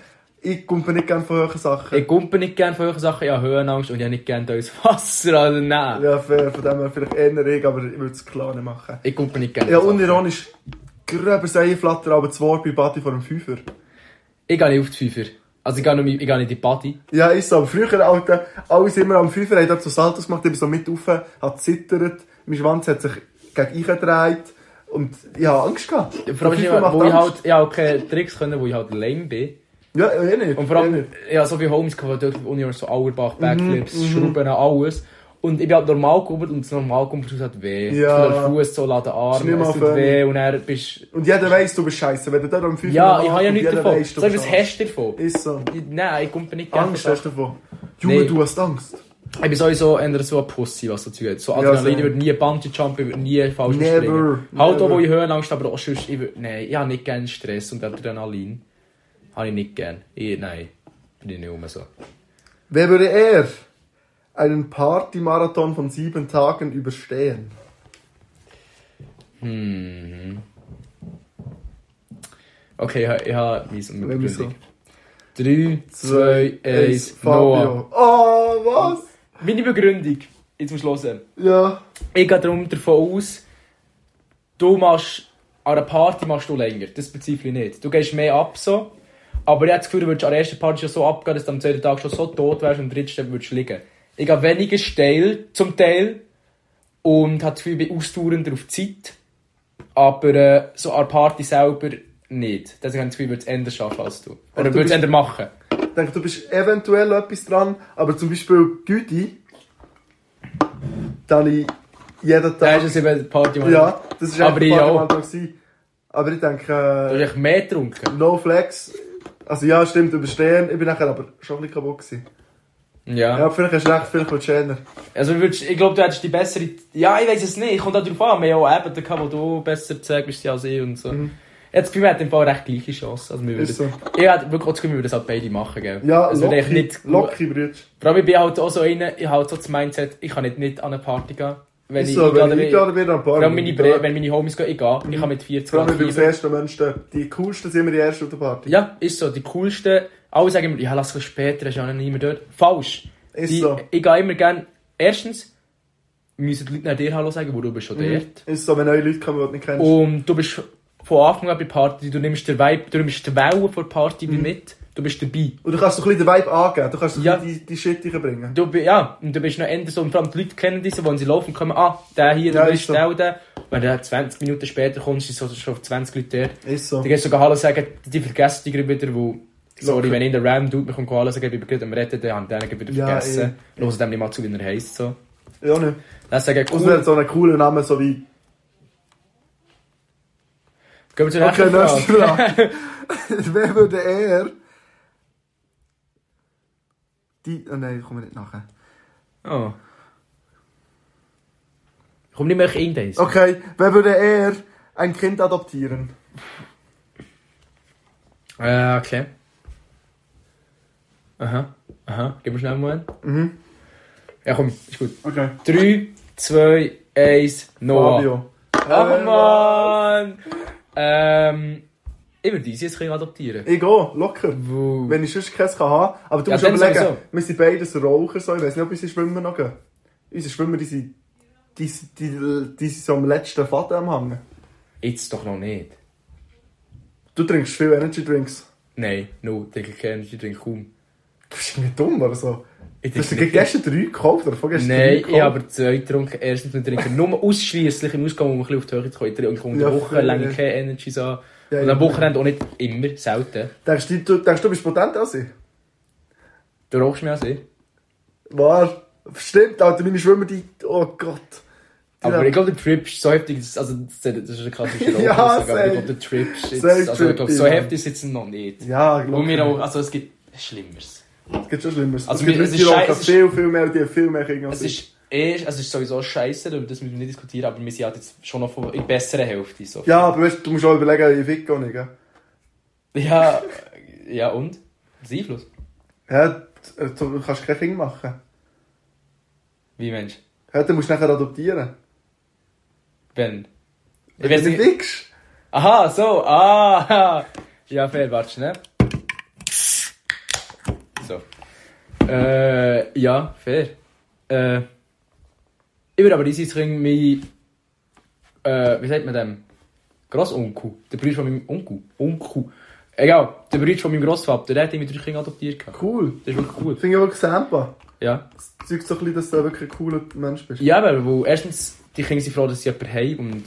Speaker 2: Ich kumpe nicht gerne von hohen Sachen.
Speaker 1: Ich gumpe nicht gerne von euren Sachen, ich habe Höhenangst und ich habe nicht gerne teures Wasser, also nein.
Speaker 2: Ja, fair. Von dem her vielleicht eher ich, aber ich würde es klar nicht machen.
Speaker 1: Ich gumpe nicht gerne.
Speaker 2: Ja,
Speaker 1: Sachen.
Speaker 2: unironisch. Gröber Seilflatter, aber zwei bei Party vor dem Fünfer.
Speaker 1: Ich gehe nicht auf die Fünfer. Also ich gehe nicht, ich gehe nicht in die Party.
Speaker 2: Ja, ist so. Aber früher, Alter, alles immer am Fünfer, hat dort so Saltos gemacht, ich bin so mit rauf, hat zittert, mein Schwanz hat sich gegen ihn gedreht und ich habe Angst gehabt.
Speaker 1: Vor allem,
Speaker 2: Der
Speaker 1: ist
Speaker 2: Fünfer
Speaker 1: immer,
Speaker 2: macht
Speaker 1: wo ich
Speaker 2: Angst.
Speaker 1: halt, ja, okay, Tricks können, wo ich halt lame bin.
Speaker 2: Ja, eh nicht.
Speaker 1: Und vor allem,
Speaker 2: eh
Speaker 1: ja,
Speaker 2: nicht. Mhm,
Speaker 1: so viele Homies gehabt, dort Union, so Auerbach, Backflips, Schrauben, alles. Und ich bin halt normal gekumpelt und das normal gekumpelt tut halt weh.
Speaker 2: Ja.
Speaker 1: Oder Fuß so, laden
Speaker 2: Ist nicht
Speaker 1: Arm,
Speaker 2: mal
Speaker 1: es tut
Speaker 2: fair.
Speaker 1: weh und er bist.
Speaker 2: Und jeder weiss, du bist scheiße. Wenn du dort am Fünfer
Speaker 1: Ja,
Speaker 2: machst
Speaker 1: ich habe ja
Speaker 2: und
Speaker 1: nichts
Speaker 2: jeder
Speaker 1: davon.
Speaker 2: weiss, du
Speaker 1: Sag,
Speaker 2: bist
Speaker 1: was
Speaker 2: scheiße.
Speaker 1: hast du davon?
Speaker 2: Ist so.
Speaker 1: Ich- Nein, ich komme nicht gerne.
Speaker 2: Angst
Speaker 1: von
Speaker 2: hast
Speaker 1: Sachen.
Speaker 2: du davon. Junge,
Speaker 1: Nee.
Speaker 2: du hast Angst.
Speaker 1: Ich bin sowieso eher so ein Pussy, was so Zeug hat. So
Speaker 2: Ja,
Speaker 1: Adrenalin, ich
Speaker 2: same.
Speaker 1: würde nie Bungee jumpen, ich würde nie falsch
Speaker 2: Never,
Speaker 1: springen. Halt auch,
Speaker 2: never.
Speaker 1: wo ich Höhenangst habe, aber auch sonst, ich würde, nein, ich habe nicht gerne Stress und Adrenalin. Habe ich nicht gerne. Ich, nein, bin ich nicht um so.
Speaker 2: Wer würde er einen Partymarathon von sieben Tagen überstehen?
Speaker 1: Okay, ich, ich habe meine
Speaker 2: Wenn wir so-
Speaker 1: Begründung. 3, 2, 1, Noah.
Speaker 2: Fabio. Oh, was?
Speaker 1: Meine Begründung, jetzt musst du hören.
Speaker 2: Ja.
Speaker 1: Ich gehe darum davon aus, du machst, an einer Party machst du länger, das bezweifle ich nicht. Du gehst mehr ab so, aber ich habe das Gefühl, du würdest an der ersten Party schon so abgehen, dass du am zweiten Tag schon so tot wärst und am dritten Tag würdest du liegen. Ich gehe weniger steil, zum Teil, und habe das Gefühl, ich bin ausdauernder auf die Zeit, aber äh, so an der Party selber nicht. Deswegen habe ich das Gefühl, ich würde es anders schaffen als du. Oder
Speaker 2: Aber Also, du
Speaker 1: würde es
Speaker 2: bist-
Speaker 1: anders machen.
Speaker 2: Ich denke, du bist eventuell etwas dran, aber zum Beispiel Güti, da habe ich jeden
Speaker 1: Da
Speaker 2: Tag...
Speaker 1: ist es eben Party machen.
Speaker 2: ja, das ist
Speaker 1: Aber
Speaker 2: einfach
Speaker 1: ich
Speaker 2: ein paar
Speaker 1: auch.
Speaker 2: Mal dran gewesen. Aber ich
Speaker 1: Da
Speaker 2: denke,
Speaker 1: habe ich mehr getrunken.
Speaker 2: äh, No Flex, also ja, stimmt, überstehen, ich bin nachher aber schon ein bisschen kaputt gewesen.
Speaker 1: Ja.
Speaker 2: Ja, vielleicht hast du recht, vielleicht wird schöner.
Speaker 1: Also würdest, ich glaube, du hättest die bessere... Ja, ich weiß es nicht. Kommt auch darauf an. Wir haben auch Abende gehabt, wo du besser gezeigt bist als ich und so.
Speaker 2: Mhm.
Speaker 1: Jetzt bei mir hat im Fall recht gleiche Chance. Also wir würden,
Speaker 2: Ist so.
Speaker 1: Ich hätte wirklich auch das Gefühl, wir würden es halt beide machen, gell?
Speaker 2: Ja,
Speaker 1: also
Speaker 2: Loki,
Speaker 1: nicht
Speaker 2: Loki, Brütsch.
Speaker 1: Vor allem, ich bin halt auch so einer, ich habe halt so das Mindset, ich kann nicht, nicht an eine Party gehen. Wenn
Speaker 2: Ist
Speaker 1: ich,
Speaker 2: so,
Speaker 1: ich,
Speaker 2: wenn
Speaker 1: gehe-
Speaker 2: ich gerade wieder ein paar...
Speaker 1: vor allem meine,
Speaker 2: Minuten-
Speaker 1: Bre- wenn meine Homies gehen, ich gehe. Ich kann mit 40
Speaker 2: Mhm. Vor allem,
Speaker 1: Jahren
Speaker 2: wenn wir als
Speaker 1: feiern.
Speaker 2: erste Mensch stehen. Die coolsten sind immer die ersten auf der Party.
Speaker 1: Ja, ist so. Die coolsten, alle sagen immer, ja, lass es ein bisschen später, ist ja noch niemand dort. Falsch.
Speaker 2: Ist
Speaker 1: die,
Speaker 2: so.
Speaker 1: Ich gehe immer gerne, erstens, müssen die Leute nach dir Hallo sagen, wo du bist schon
Speaker 2: Mhm.
Speaker 1: dort.
Speaker 2: Ist so, wenn neue Leute kommen, die du nicht kennst.
Speaker 1: Und du bist von Anfang an bei der Party, du nimmst den Vibe, du nimmst die Welle von der Party
Speaker 2: Mhm.
Speaker 1: mit, du bist dabei.
Speaker 2: Und du kannst so ein bisschen den Vibe angeben, du kannst so ein
Speaker 1: Ja.
Speaker 2: bisschen die, die Shit reinbringen.
Speaker 1: Du, bi- ja, und du bist noch Ende so, und vor allem die Leute kennen dich, so, wenn sie laufen, kommen, ah, der hier, der
Speaker 2: Ja,
Speaker 1: ja,
Speaker 2: ist
Speaker 1: ist
Speaker 2: so.
Speaker 1: der, und der. Wenn du 20 Minuten später kommst, sind so schon 20 Leute dort.
Speaker 2: Ist so.
Speaker 1: Dann gehst du sogar Hallo sagen, die vergessen dich gerade wieder, wo Sorry,
Speaker 2: Locker.
Speaker 1: wenn ich in der Ram Dude mich Hallo sagen, ich bin gerade am Retten, dann haben die den wieder
Speaker 2: Ja,
Speaker 1: vergessen. Ja, Los dem nicht mal zu, wie er heisst, so.
Speaker 2: Ja, ne.
Speaker 1: Das sagen
Speaker 2: Und wir haben
Speaker 1: cool.
Speaker 2: so einen coolen Namen, so wie...
Speaker 1: Gehen wir zur
Speaker 2: Okay,
Speaker 1: nächsten
Speaker 2: nächste
Speaker 1: Frage.
Speaker 2: Frage. Wer würde eher... Die... Oh nein, kommen wir nicht nachher.
Speaker 1: Oh. Ich komme nicht mehr auf irgendeins.
Speaker 2: Okay, wer würde eher ein Kind adoptieren?
Speaker 1: Äh, okay. Aha, aha. Gib mir schnell einen Moment.
Speaker 2: Mhm.
Speaker 1: Ja, komm, ist gut.
Speaker 2: Okay.
Speaker 1: 3, 2, 1, Noah.
Speaker 2: Fabio.
Speaker 1: Ach
Speaker 2: Äh,
Speaker 1: man! Ähm, ich würde dieses Kind adoptieren.
Speaker 2: Ich gehe, locker.
Speaker 1: Wow.
Speaker 2: Wenn ich sonst keins kann haben Aber du
Speaker 1: Ja,
Speaker 2: musst
Speaker 1: dann
Speaker 2: überlegen,
Speaker 1: sowieso.
Speaker 2: wir sind beides Raucher, so. ich weiß nicht, ob unsere Schwimmer noch gehen. Unsere Schwimmer, die sind, die, sind- die, die sind so am letzten Faden am Hängen.
Speaker 1: Jetzt doch noch nicht.
Speaker 2: Du trinkst viel Energy Drinks.
Speaker 1: Nein, no, trinke ich keinen, ich trinke kaum.
Speaker 2: Du bist irgendwie dumm oder so.
Speaker 1: Ich
Speaker 2: Du hast dir
Speaker 1: nicht-
Speaker 2: gestern drei gekauft oder vorgestern drei
Speaker 1: Nein,
Speaker 2: gekauft?
Speaker 1: ich habe zwei getrunken. Erstens mit Trinken. Nur ausschliesslich im Ausgang, um ein bisschen auf die Höhe zu kommen. Ich trinke unter
Speaker 2: Ja,
Speaker 1: der Woche lange
Speaker 2: ja.
Speaker 1: keine Energies an.
Speaker 2: Ja,
Speaker 1: Und
Speaker 2: ja.
Speaker 1: am Wochenende auch nicht immer, selten.
Speaker 2: Denkst du, du, denkst, du bist potenter als ich?
Speaker 1: Du rauchst mehr als ich.
Speaker 2: Wahr. Stimmt, Alter, meine Schwimmer, die... Oh Gott. Die
Speaker 1: Aber
Speaker 2: haben-
Speaker 1: ich glaube, der Trip ist so heftig, dass- also das das ist ein klassischer Raucher,
Speaker 2: Ja,
Speaker 1: aber ich glaube,
Speaker 2: safe.
Speaker 1: der Trip ist jetzt,
Speaker 2: Safe
Speaker 1: also ich glaube, so
Speaker 2: Trip, ja.
Speaker 1: heftig ist jetzt noch nicht.
Speaker 2: Ja,
Speaker 1: Wo wir auch,
Speaker 2: locker.
Speaker 1: also es gibt Schlimmeres.
Speaker 2: Es gibt schon Schlimmeres.
Speaker 1: Also
Speaker 2: es gibt
Speaker 1: mir- es
Speaker 2: Leute, die
Speaker 1: ist
Speaker 2: rauchen
Speaker 1: scheiss-
Speaker 2: viel, viel mehr, die haben viel mehr Kinder als
Speaker 1: Es
Speaker 2: ich.
Speaker 1: ist, eh, also es ist sowieso scheiße, über das müssen wir nicht diskutieren, aber wir sind halt jetzt schon noch von, in der besseren Hälfte. So.
Speaker 2: Ja, aber weißt, du, du musst auch überlegen, ich fick auch nicht, gell?
Speaker 1: Ja, äh, ja und? Das ist Einfluss.
Speaker 2: Ja, du, du kannst kein Kind machen.
Speaker 1: Wie Mensch?
Speaker 2: Ja, dann musst du nachher adoptieren.
Speaker 1: Wenn. Ich
Speaker 2: Wenn
Speaker 1: weiß
Speaker 2: du nicht
Speaker 1: nicht.
Speaker 2: fickst.
Speaker 1: Aha, so, ah. Ja, fair, warte, ne? So. Äh, ja, fair. Äh, ich würde aber dieses Ring mein, äh, wie sagt man dem? Grossonkel. Der Bruder von meinem Onkel. Onkel. Egal, der Bruder von meinem Grossvater, der hat irgendwie drei Kinder adoptiert. gehabt.
Speaker 2: Cool.
Speaker 1: Das ist wirklich
Speaker 2: Ich
Speaker 1: gut.
Speaker 2: finde ich auch Sampa.
Speaker 1: Ja.
Speaker 2: Das zeigt so ein bisschen, dass du wirklich ein cooler Mensch bist.
Speaker 1: Ja, aber weil erstens, die Kinder sind froh, dass sie jemanden haben und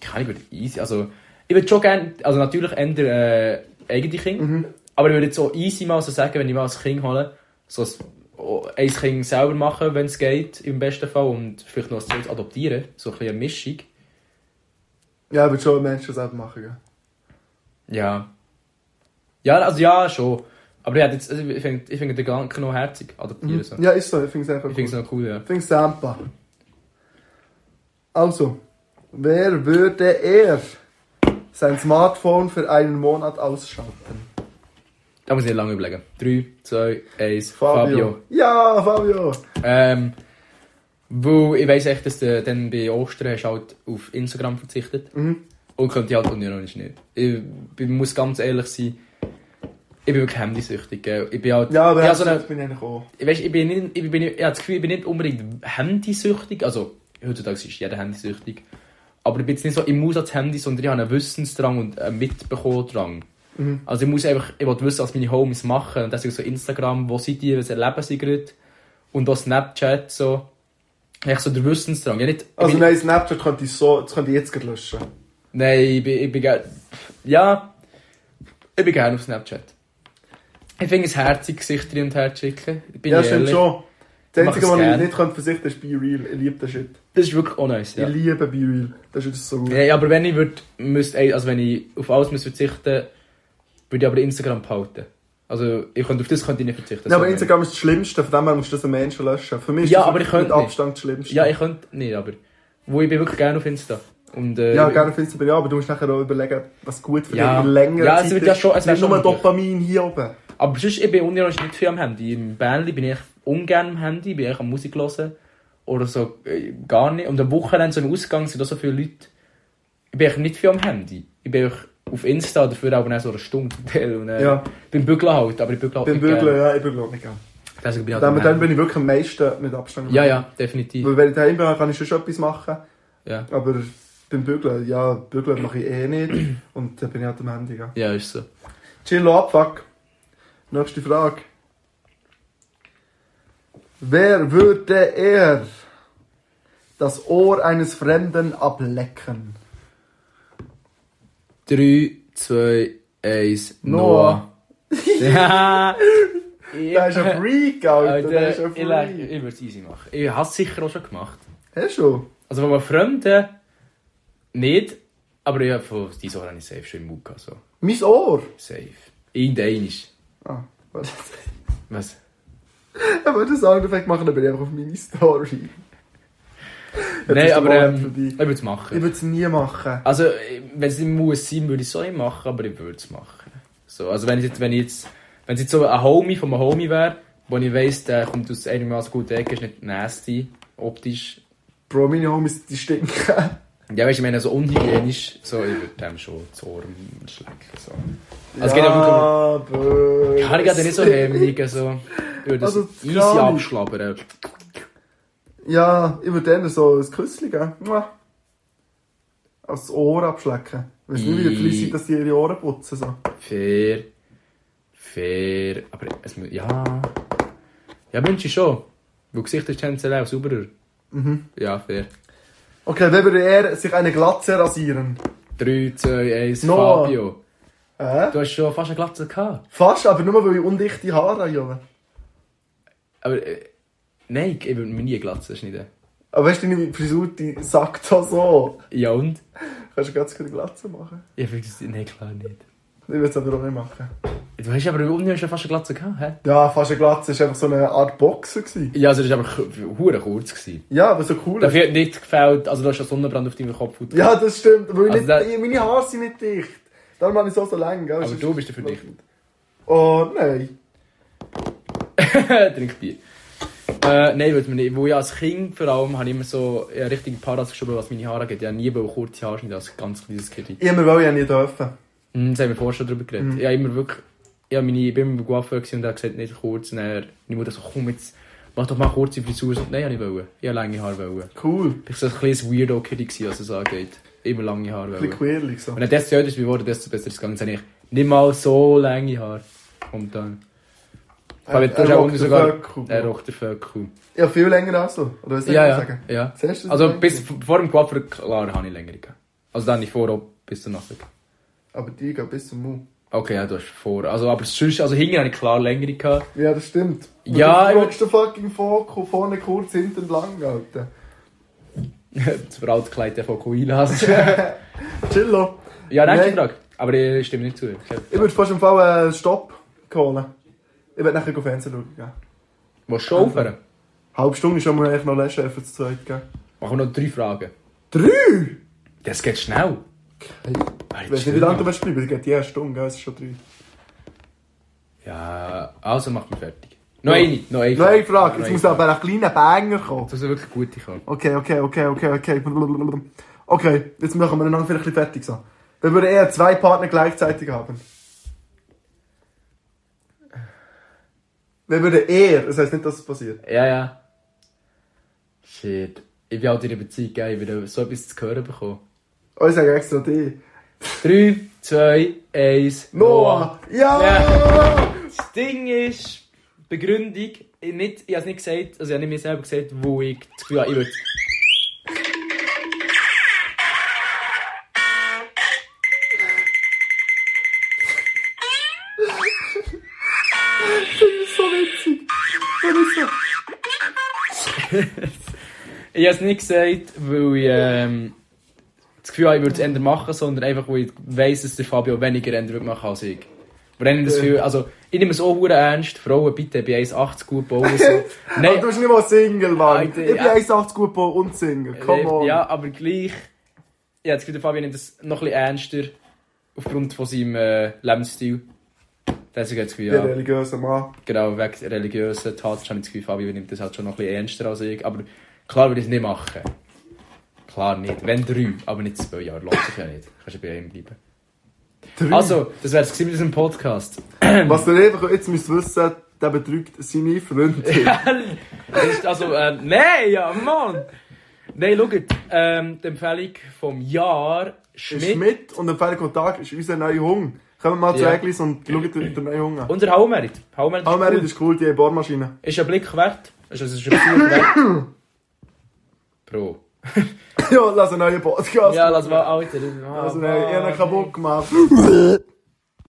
Speaker 1: keine Ahnung, ich würde easy, also ich würde schon gerne, also natürlich ändern äh, eigene Kinder, aber ich würde jetzt so easy mal so sagen, wenn ich mal ein Kind hole, so ein, oh, ein Kind selber machen, wenn es geht, im besten Fall und vielleicht noch ein zweites adoptieren, so ein bisschen eine Mischung.
Speaker 2: Ja, ich würde schon einen Menschen selber machen, gell?
Speaker 1: Ja. Ja, also ja, schon. Aber ja, jetzt, also, ich finde ich find den Gedanken noch herzig, adoptieren so.
Speaker 2: Hm. Ja, ist so. Ich finde es einfach
Speaker 1: Ich
Speaker 2: cool. Ich
Speaker 1: finde es noch cool, ja.
Speaker 2: finde es Sampa. Also, wer würde er sein Smartphone für einen Monat ausschalten?
Speaker 1: Da muss ich nicht lange überlegen. 3, 2, 1, Fabio.
Speaker 2: Ja, Fabio.
Speaker 1: Ähm, weil ich weiss echt, dass du dann bei Ostern hast halt auf Instagram verzichtet.
Speaker 2: Mhm.
Speaker 1: Und könnte ich halt und ja noch nicht. Ich, ich muss ganz ehrlich sein, ich bin wirklich handysüchtig. gell. Ich bin halt,
Speaker 2: Ja,
Speaker 1: ich,
Speaker 2: aber
Speaker 1: habe so eine,
Speaker 2: bin ich eigentlich auch.
Speaker 1: ich, weiss, ich bin nicht, ich bin, ich habe das Gefühl, ich bin nicht unbedingt handysüchtig. Also, heutzutage ist jeder handysüchtig. Aber ich bin jetzt nicht so im Einsatz Handy, sondern ich habe einen Wissensdrang und einen Mitbekommendrang.
Speaker 2: Mhm.
Speaker 1: Also ich muss einfach, ich will wissen, was meine Homies machen. Und deswegen so Instagram, wo sind die, was erleben sie gerade. Und auch Snapchat, so. Echt so der Wissensdrang. Ja, nicht, ich
Speaker 2: Also
Speaker 1: bin,
Speaker 2: nein, Snapchat könnte ich so, das könnte ich jetzt gerade löschen.
Speaker 1: nein, ich bin, ich bin, ge- ja, Ich bin gerne auf Snapchat. Ich finde es herzig, Gesichter hin und her zu schicken. Ich bin
Speaker 2: Ja, stimmt
Speaker 1: ehrlich.
Speaker 2: schon. Das
Speaker 1: Ich
Speaker 2: Einzige,
Speaker 1: mach es
Speaker 2: was ich
Speaker 1: gern.
Speaker 2: nicht könnte verzichten ist Be Real. Ich liebe den Shit.
Speaker 1: Das ist wirklich auch nice, ja.
Speaker 2: Ich liebe Be Real. Das ist so gut.
Speaker 1: Ja, aber wenn ich würd, müsste, also wenn ich auf alles müsste verzichten würde ich aber Instagram behalten. Also ich könnte, auf das könnte ich nicht verzichten.
Speaker 2: ja, aber
Speaker 1: sorry.
Speaker 2: Instagram ist das Schlimmste, von dem her musst du das am Menschen löschen. Für mich ist
Speaker 1: Ja,
Speaker 2: das
Speaker 1: aber
Speaker 2: wirklich
Speaker 1: ich könnte
Speaker 2: mit Abstand das Schlimmste.
Speaker 1: Ja, ich könnte nicht, aber... Wo ich bin wirklich gerne auf Insta. Und, äh,
Speaker 2: Ja, gerne auf Instagram, ja, aber du musst nachher auch überlegen, was gut für
Speaker 1: Ja.
Speaker 2: dich länger
Speaker 1: Ja, es wird ja schon- es wäre
Speaker 2: Nicht nur
Speaker 1: schon möglich.
Speaker 2: Dopamin hier oben.
Speaker 1: Aber sonst, ich bin unironisch nicht viel am Handy. Im Bändli bin ich ungern am Handy, bin ich am Musik hören. Oder so, äh, gar nicht. Und am Wochenende so ein Ausgang sind auch so viele Leute. Ich bin eigentlich nicht viel am Handy. Ich bin eigentlich auf Insta, dafür aber nicht so eine Stunde. zum Teil. Und, äh,
Speaker 2: Ja.
Speaker 1: Beim Bügeln halt, aber ich bügle halt
Speaker 2: Beim
Speaker 1: nicht gerne.
Speaker 2: Bügeln, ja, ich bügle auch nicht gerne.
Speaker 1: Deswegen bin ich halt
Speaker 2: Dann,
Speaker 1: am
Speaker 2: dann
Speaker 1: Handy.
Speaker 2: bin ich wirklich am meisten mit Abstand.
Speaker 1: Ja, ja, definitiv.
Speaker 2: Weil wenn ich daheim bin, kann ich schon etwas machen.
Speaker 1: Ja,
Speaker 2: Aber beim Bügeln, ja, Bügeln mache ich eh nicht. Und dann bin ich halt am Handy, ja.
Speaker 1: ja ist so.
Speaker 2: Chill ab, fuck. Nächste Frage. Wer würde eher das Ohr eines Fremden ablecken?
Speaker 1: 3, 2, 1,
Speaker 2: Noah.
Speaker 1: Noah. ja!
Speaker 2: Der ist ein Freak, Alter. Der ist
Speaker 1: Alter,
Speaker 2: ein
Speaker 1: ich leg-
Speaker 2: Freak.
Speaker 1: ich würde es easy machen. Ich habe es sicher auch schon gemacht.
Speaker 2: Hast du?
Speaker 1: Also von meinen Freunden nicht, aber ich habe von dieser Sache habe ich safe schon im Mund gehabt, so.
Speaker 2: Mein Ohr?
Speaker 1: Safe. Irgendein ist.
Speaker 2: Ah, warte.
Speaker 1: Was?
Speaker 2: Ich wollte einen Soundeffekt machen, aber ich einfach auf meine Story. Jetzt
Speaker 1: Nein,
Speaker 2: ist der
Speaker 1: aber
Speaker 2: Moment
Speaker 1: ähm,
Speaker 2: vorbei.
Speaker 1: ich würde es
Speaker 2: Ich
Speaker 1: machen.
Speaker 2: würde es nie machen.
Speaker 1: Also, äh, wenn es nicht muss sein, würde ich es auch nicht machen, aber ich würde es machen. So, also wenn ich jetzt, wenn ich jetzt, wenn es jetzt so ein Homie von einem Homie wäre, wo ich weiss, der kommt aus einigermaßen guter Ecke, ist nicht nasty, optisch.
Speaker 2: Bro, meine Homies, die stinken.
Speaker 1: Ja, weißt du, ich meine, so unhygienisch, so, ich würde dem schon zu Ohren schlecken, so. Also, es geht ja wirklich um-
Speaker 2: ja wirklich
Speaker 1: Ja, ich gerade nicht so hemmig, so. Ich würde das
Speaker 2: Also,
Speaker 1: easy
Speaker 2: gar nicht.
Speaker 1: abschlabbern.
Speaker 2: Ja, ich würde denen so ein Küsschen geben. Mua. Als Ohr abschlecken. Weißt du nicht, wie die Leute sind, dass die ihre Ohren putzen? So.
Speaker 1: Fair. Fair. Aber es muss, ja. Ja, wünsche ich schon. Weil Gesichter ist tendenziell auch sauberer.
Speaker 2: Mhm.
Speaker 1: Ja, fair.
Speaker 2: Okay, wer würde er sich eine Glatze rasieren?
Speaker 1: 3, 2, 1,
Speaker 2: Noah.
Speaker 1: Fabio.
Speaker 2: Äh?
Speaker 1: Du hast schon fast eine Glatze gehabt.
Speaker 2: Fast, aber nur weil ich undichte Haare habe. Junge.
Speaker 1: Aber, äh, nein, ich würde mir nie eine Glatze schneiden.
Speaker 2: Aber weißt du, deine Frisur, die sagt auch so.
Speaker 1: Ja und?
Speaker 2: Kannst du ganz gut eine Glatze machen?
Speaker 1: Ich finde das, nein, klar nicht.
Speaker 2: Ich würde es aber auch nicht machen.
Speaker 1: Du hast aber unten hast du fast eine Glatze gehabt, hä?
Speaker 2: Ja, fast eine Glatze war einfach so eine Art Boxer. Gewesen.
Speaker 1: Ja, also das war aber k- hure kurz. Gewesen.
Speaker 2: Ja, aber so cool.
Speaker 1: Dafür hat nicht gefällt, also du hast einen Sonnenbrand auf deinem Kopf.
Speaker 2: Ja, das stimmt. Weil ich
Speaker 1: Also
Speaker 2: nicht,
Speaker 1: da-
Speaker 2: ich- meine Haare sind nicht dicht. Darum habe ich so, so lang. Gell?
Speaker 1: Aber
Speaker 2: Sonst-
Speaker 1: du bist dafür dicht.
Speaker 2: Oh nein.
Speaker 1: Trink Bier. Äh, nein, würde man nicht. Weil ich als Kind vor allem habe ich immer so ja, richtige Paras geschoben, was meine Haare angeht. Ich habe nie wollte kurze Haare schneiden als ganz kleines Kind.
Speaker 2: Immer weil ich ja nie dürfen.
Speaker 1: Hm, Das haben wir vorher schon darüber geredet.
Speaker 2: Mhm.
Speaker 1: Ich, habe immer wirklich, ich, habe meine, ich bin immer beim Coiffeur gewesen und er hat gesagt, nicht kurz. Und dann, meine Mutter so, komm jetzt, mach doch mal kurze Frisur. So, nein, habe ich wollte. Ich wollte lange Haare. Wollen.
Speaker 2: Cool.
Speaker 1: Ich war so ein kleines Weirdo-Kind, gewesen, was es angeht. Immer lange Haare.
Speaker 2: Ein bisschen
Speaker 1: Wollen.
Speaker 2: quirlig so.
Speaker 1: Und dann, desto älter ich geworden bin, desto besser ist es gegangen. Jetzt habe ich nicht mal so lange Haare. Und dann... Aber
Speaker 2: Er-
Speaker 1: du hast
Speaker 2: er
Speaker 1: auch
Speaker 2: rockt
Speaker 1: irgendwie sogar...
Speaker 2: den Föck,
Speaker 1: Er
Speaker 2: Bro.
Speaker 1: rockt den Föckel.
Speaker 2: Ja, viel länger als du. Oder was soll
Speaker 1: Ja,
Speaker 2: ich
Speaker 1: ja,
Speaker 2: sagen?
Speaker 1: ja.
Speaker 2: Siehst du das
Speaker 1: Also
Speaker 2: eigentlich?
Speaker 1: bis v- vor dem Quaffer, klar, habe ich länger gehabt. Also dann ich vor, auch bis zur Nacht.
Speaker 2: Aber die geht bis zum Mund.
Speaker 1: Okay, ja, du hast vor. Also, aber sonst, also hinten habe ich klar länger gehabt.
Speaker 2: Ja, das stimmt. Und
Speaker 1: Ja,
Speaker 2: Du
Speaker 1: ich-
Speaker 2: guckst den fucking Fokus vorne kurz, hinten lang, Alter.
Speaker 1: das Brautkleid der von Koilas.
Speaker 2: Chillo.
Speaker 1: ja, nächste
Speaker 2: Nein.
Speaker 1: Frage. Aber ich stimme nicht zu. Ich hab-
Speaker 2: Ich würde fast im Fall einen Stopp holen. Ich würde nachher Fernsehen schauen gehen.
Speaker 1: Willst du aufhören?
Speaker 2: Halbe Stunde ist schon mal eigentlich noch lächer für das zweite, gell?
Speaker 1: Machen wir noch drei Fragen.
Speaker 2: Drei!
Speaker 1: Das geht schnell.
Speaker 2: Hey.
Speaker 1: Ah, jetzt
Speaker 2: Ich weiß nicht, wie
Speaker 1: schnell.
Speaker 2: lange du willst bleiben es geht die erste Stunde, gell? Es ist schon drei.
Speaker 1: Ja, also mach mich fertig. Noch
Speaker 2: Ja.
Speaker 1: eine, noch eine.
Speaker 2: Noch eine Frage,
Speaker 1: Noch
Speaker 2: jetzt
Speaker 1: eine
Speaker 2: muss aber ein kleiner Banger kommen.
Speaker 1: Jetzt muss eine wirklich gute kommen.
Speaker 2: Okay, okay, okay, okay, okay. Blablabla. Okay, jetzt machen wir den Anfang ein bisschen fertig. So. Wir würden eher zwei Partner gleichzeitig haben. Wir würden eher, das heisst nicht, dass es passiert.
Speaker 1: Ja, ja. Shit. Ich bin halt in der Beziehung, gell? ich will so etwas zu hören bekommen.
Speaker 2: Oh, ich sage extra die.
Speaker 1: 3, 2, 1.
Speaker 2: Noah! Ja!
Speaker 1: Ja. Das Ding ist, Begründung, ich, nicht, ich habe es nicht gesagt, also ich habe nicht mir selber gesagt, wo ich das Gefühl habe, ich würde... ich habe es nicht gesagt, weil ich ähm, das Gefühl habe, ich würde es eher machen, sondern einfach, weil ich weiss, dass der Fabio weniger eher würde machen als ich. Aber dann habe ich das Gefühl, also ich nehme es auch verdammt ernst, Frauen bitte bei 1,80 gut bauen. So.
Speaker 2: Aber du bist nicht mal Single, Mann.
Speaker 1: Alter,
Speaker 2: ich bin
Speaker 1: ja.
Speaker 2: 1,80 gut gebaut und Single. Come on.
Speaker 1: Ja, aber gleich. Ja, das Gefühl, der Fabian nimmt das noch ein bisschen ernster aufgrund von seinem äh, Lebensstil. Deswegen hat das Gefühl,
Speaker 2: Der
Speaker 1: ja,
Speaker 2: religiöse Mann.
Speaker 1: genau, wegen der religiösen Tatsache habe ich das Gefühl, Fabian nimmt das halt schon noch ein bisschen ernster als ich. Aber klar würde ich es nicht machen. Klar nicht. Wenn drei, aber nicht zwei Jahre. Lohnt sich ja nicht. Kannst du bei einem bleiben.
Speaker 2: Drei.
Speaker 1: Also, das wäre es gewesen mit diesem Podcast.
Speaker 2: Was du einfach jetzt müsst wissen, der betrügt seine Freundin.
Speaker 1: Das ist also, äh, nein, ja, Mann! Nein, schaut, ähm, die Empfehlung vom Jahr Schmidt.
Speaker 2: Schmidt und der Ferry Tag ist unser neuer Hung. Kommen wir mal zu
Speaker 1: Ja.
Speaker 2: Eglis und schauen den den neuen Hung an.
Speaker 1: Unser Haumerit. Haumerit
Speaker 2: Aber
Speaker 1: cool.
Speaker 2: Merit ist cool, die haben Bohrmaschine.
Speaker 1: Ist ein Blick wert? Ist, also, ist ein Besuch wert? Bro.
Speaker 2: ja, lass einen neuen Podcast.
Speaker 1: Ja, lass mal, Alter.
Speaker 2: Also, nein, ich habe ihn kaputt gemacht.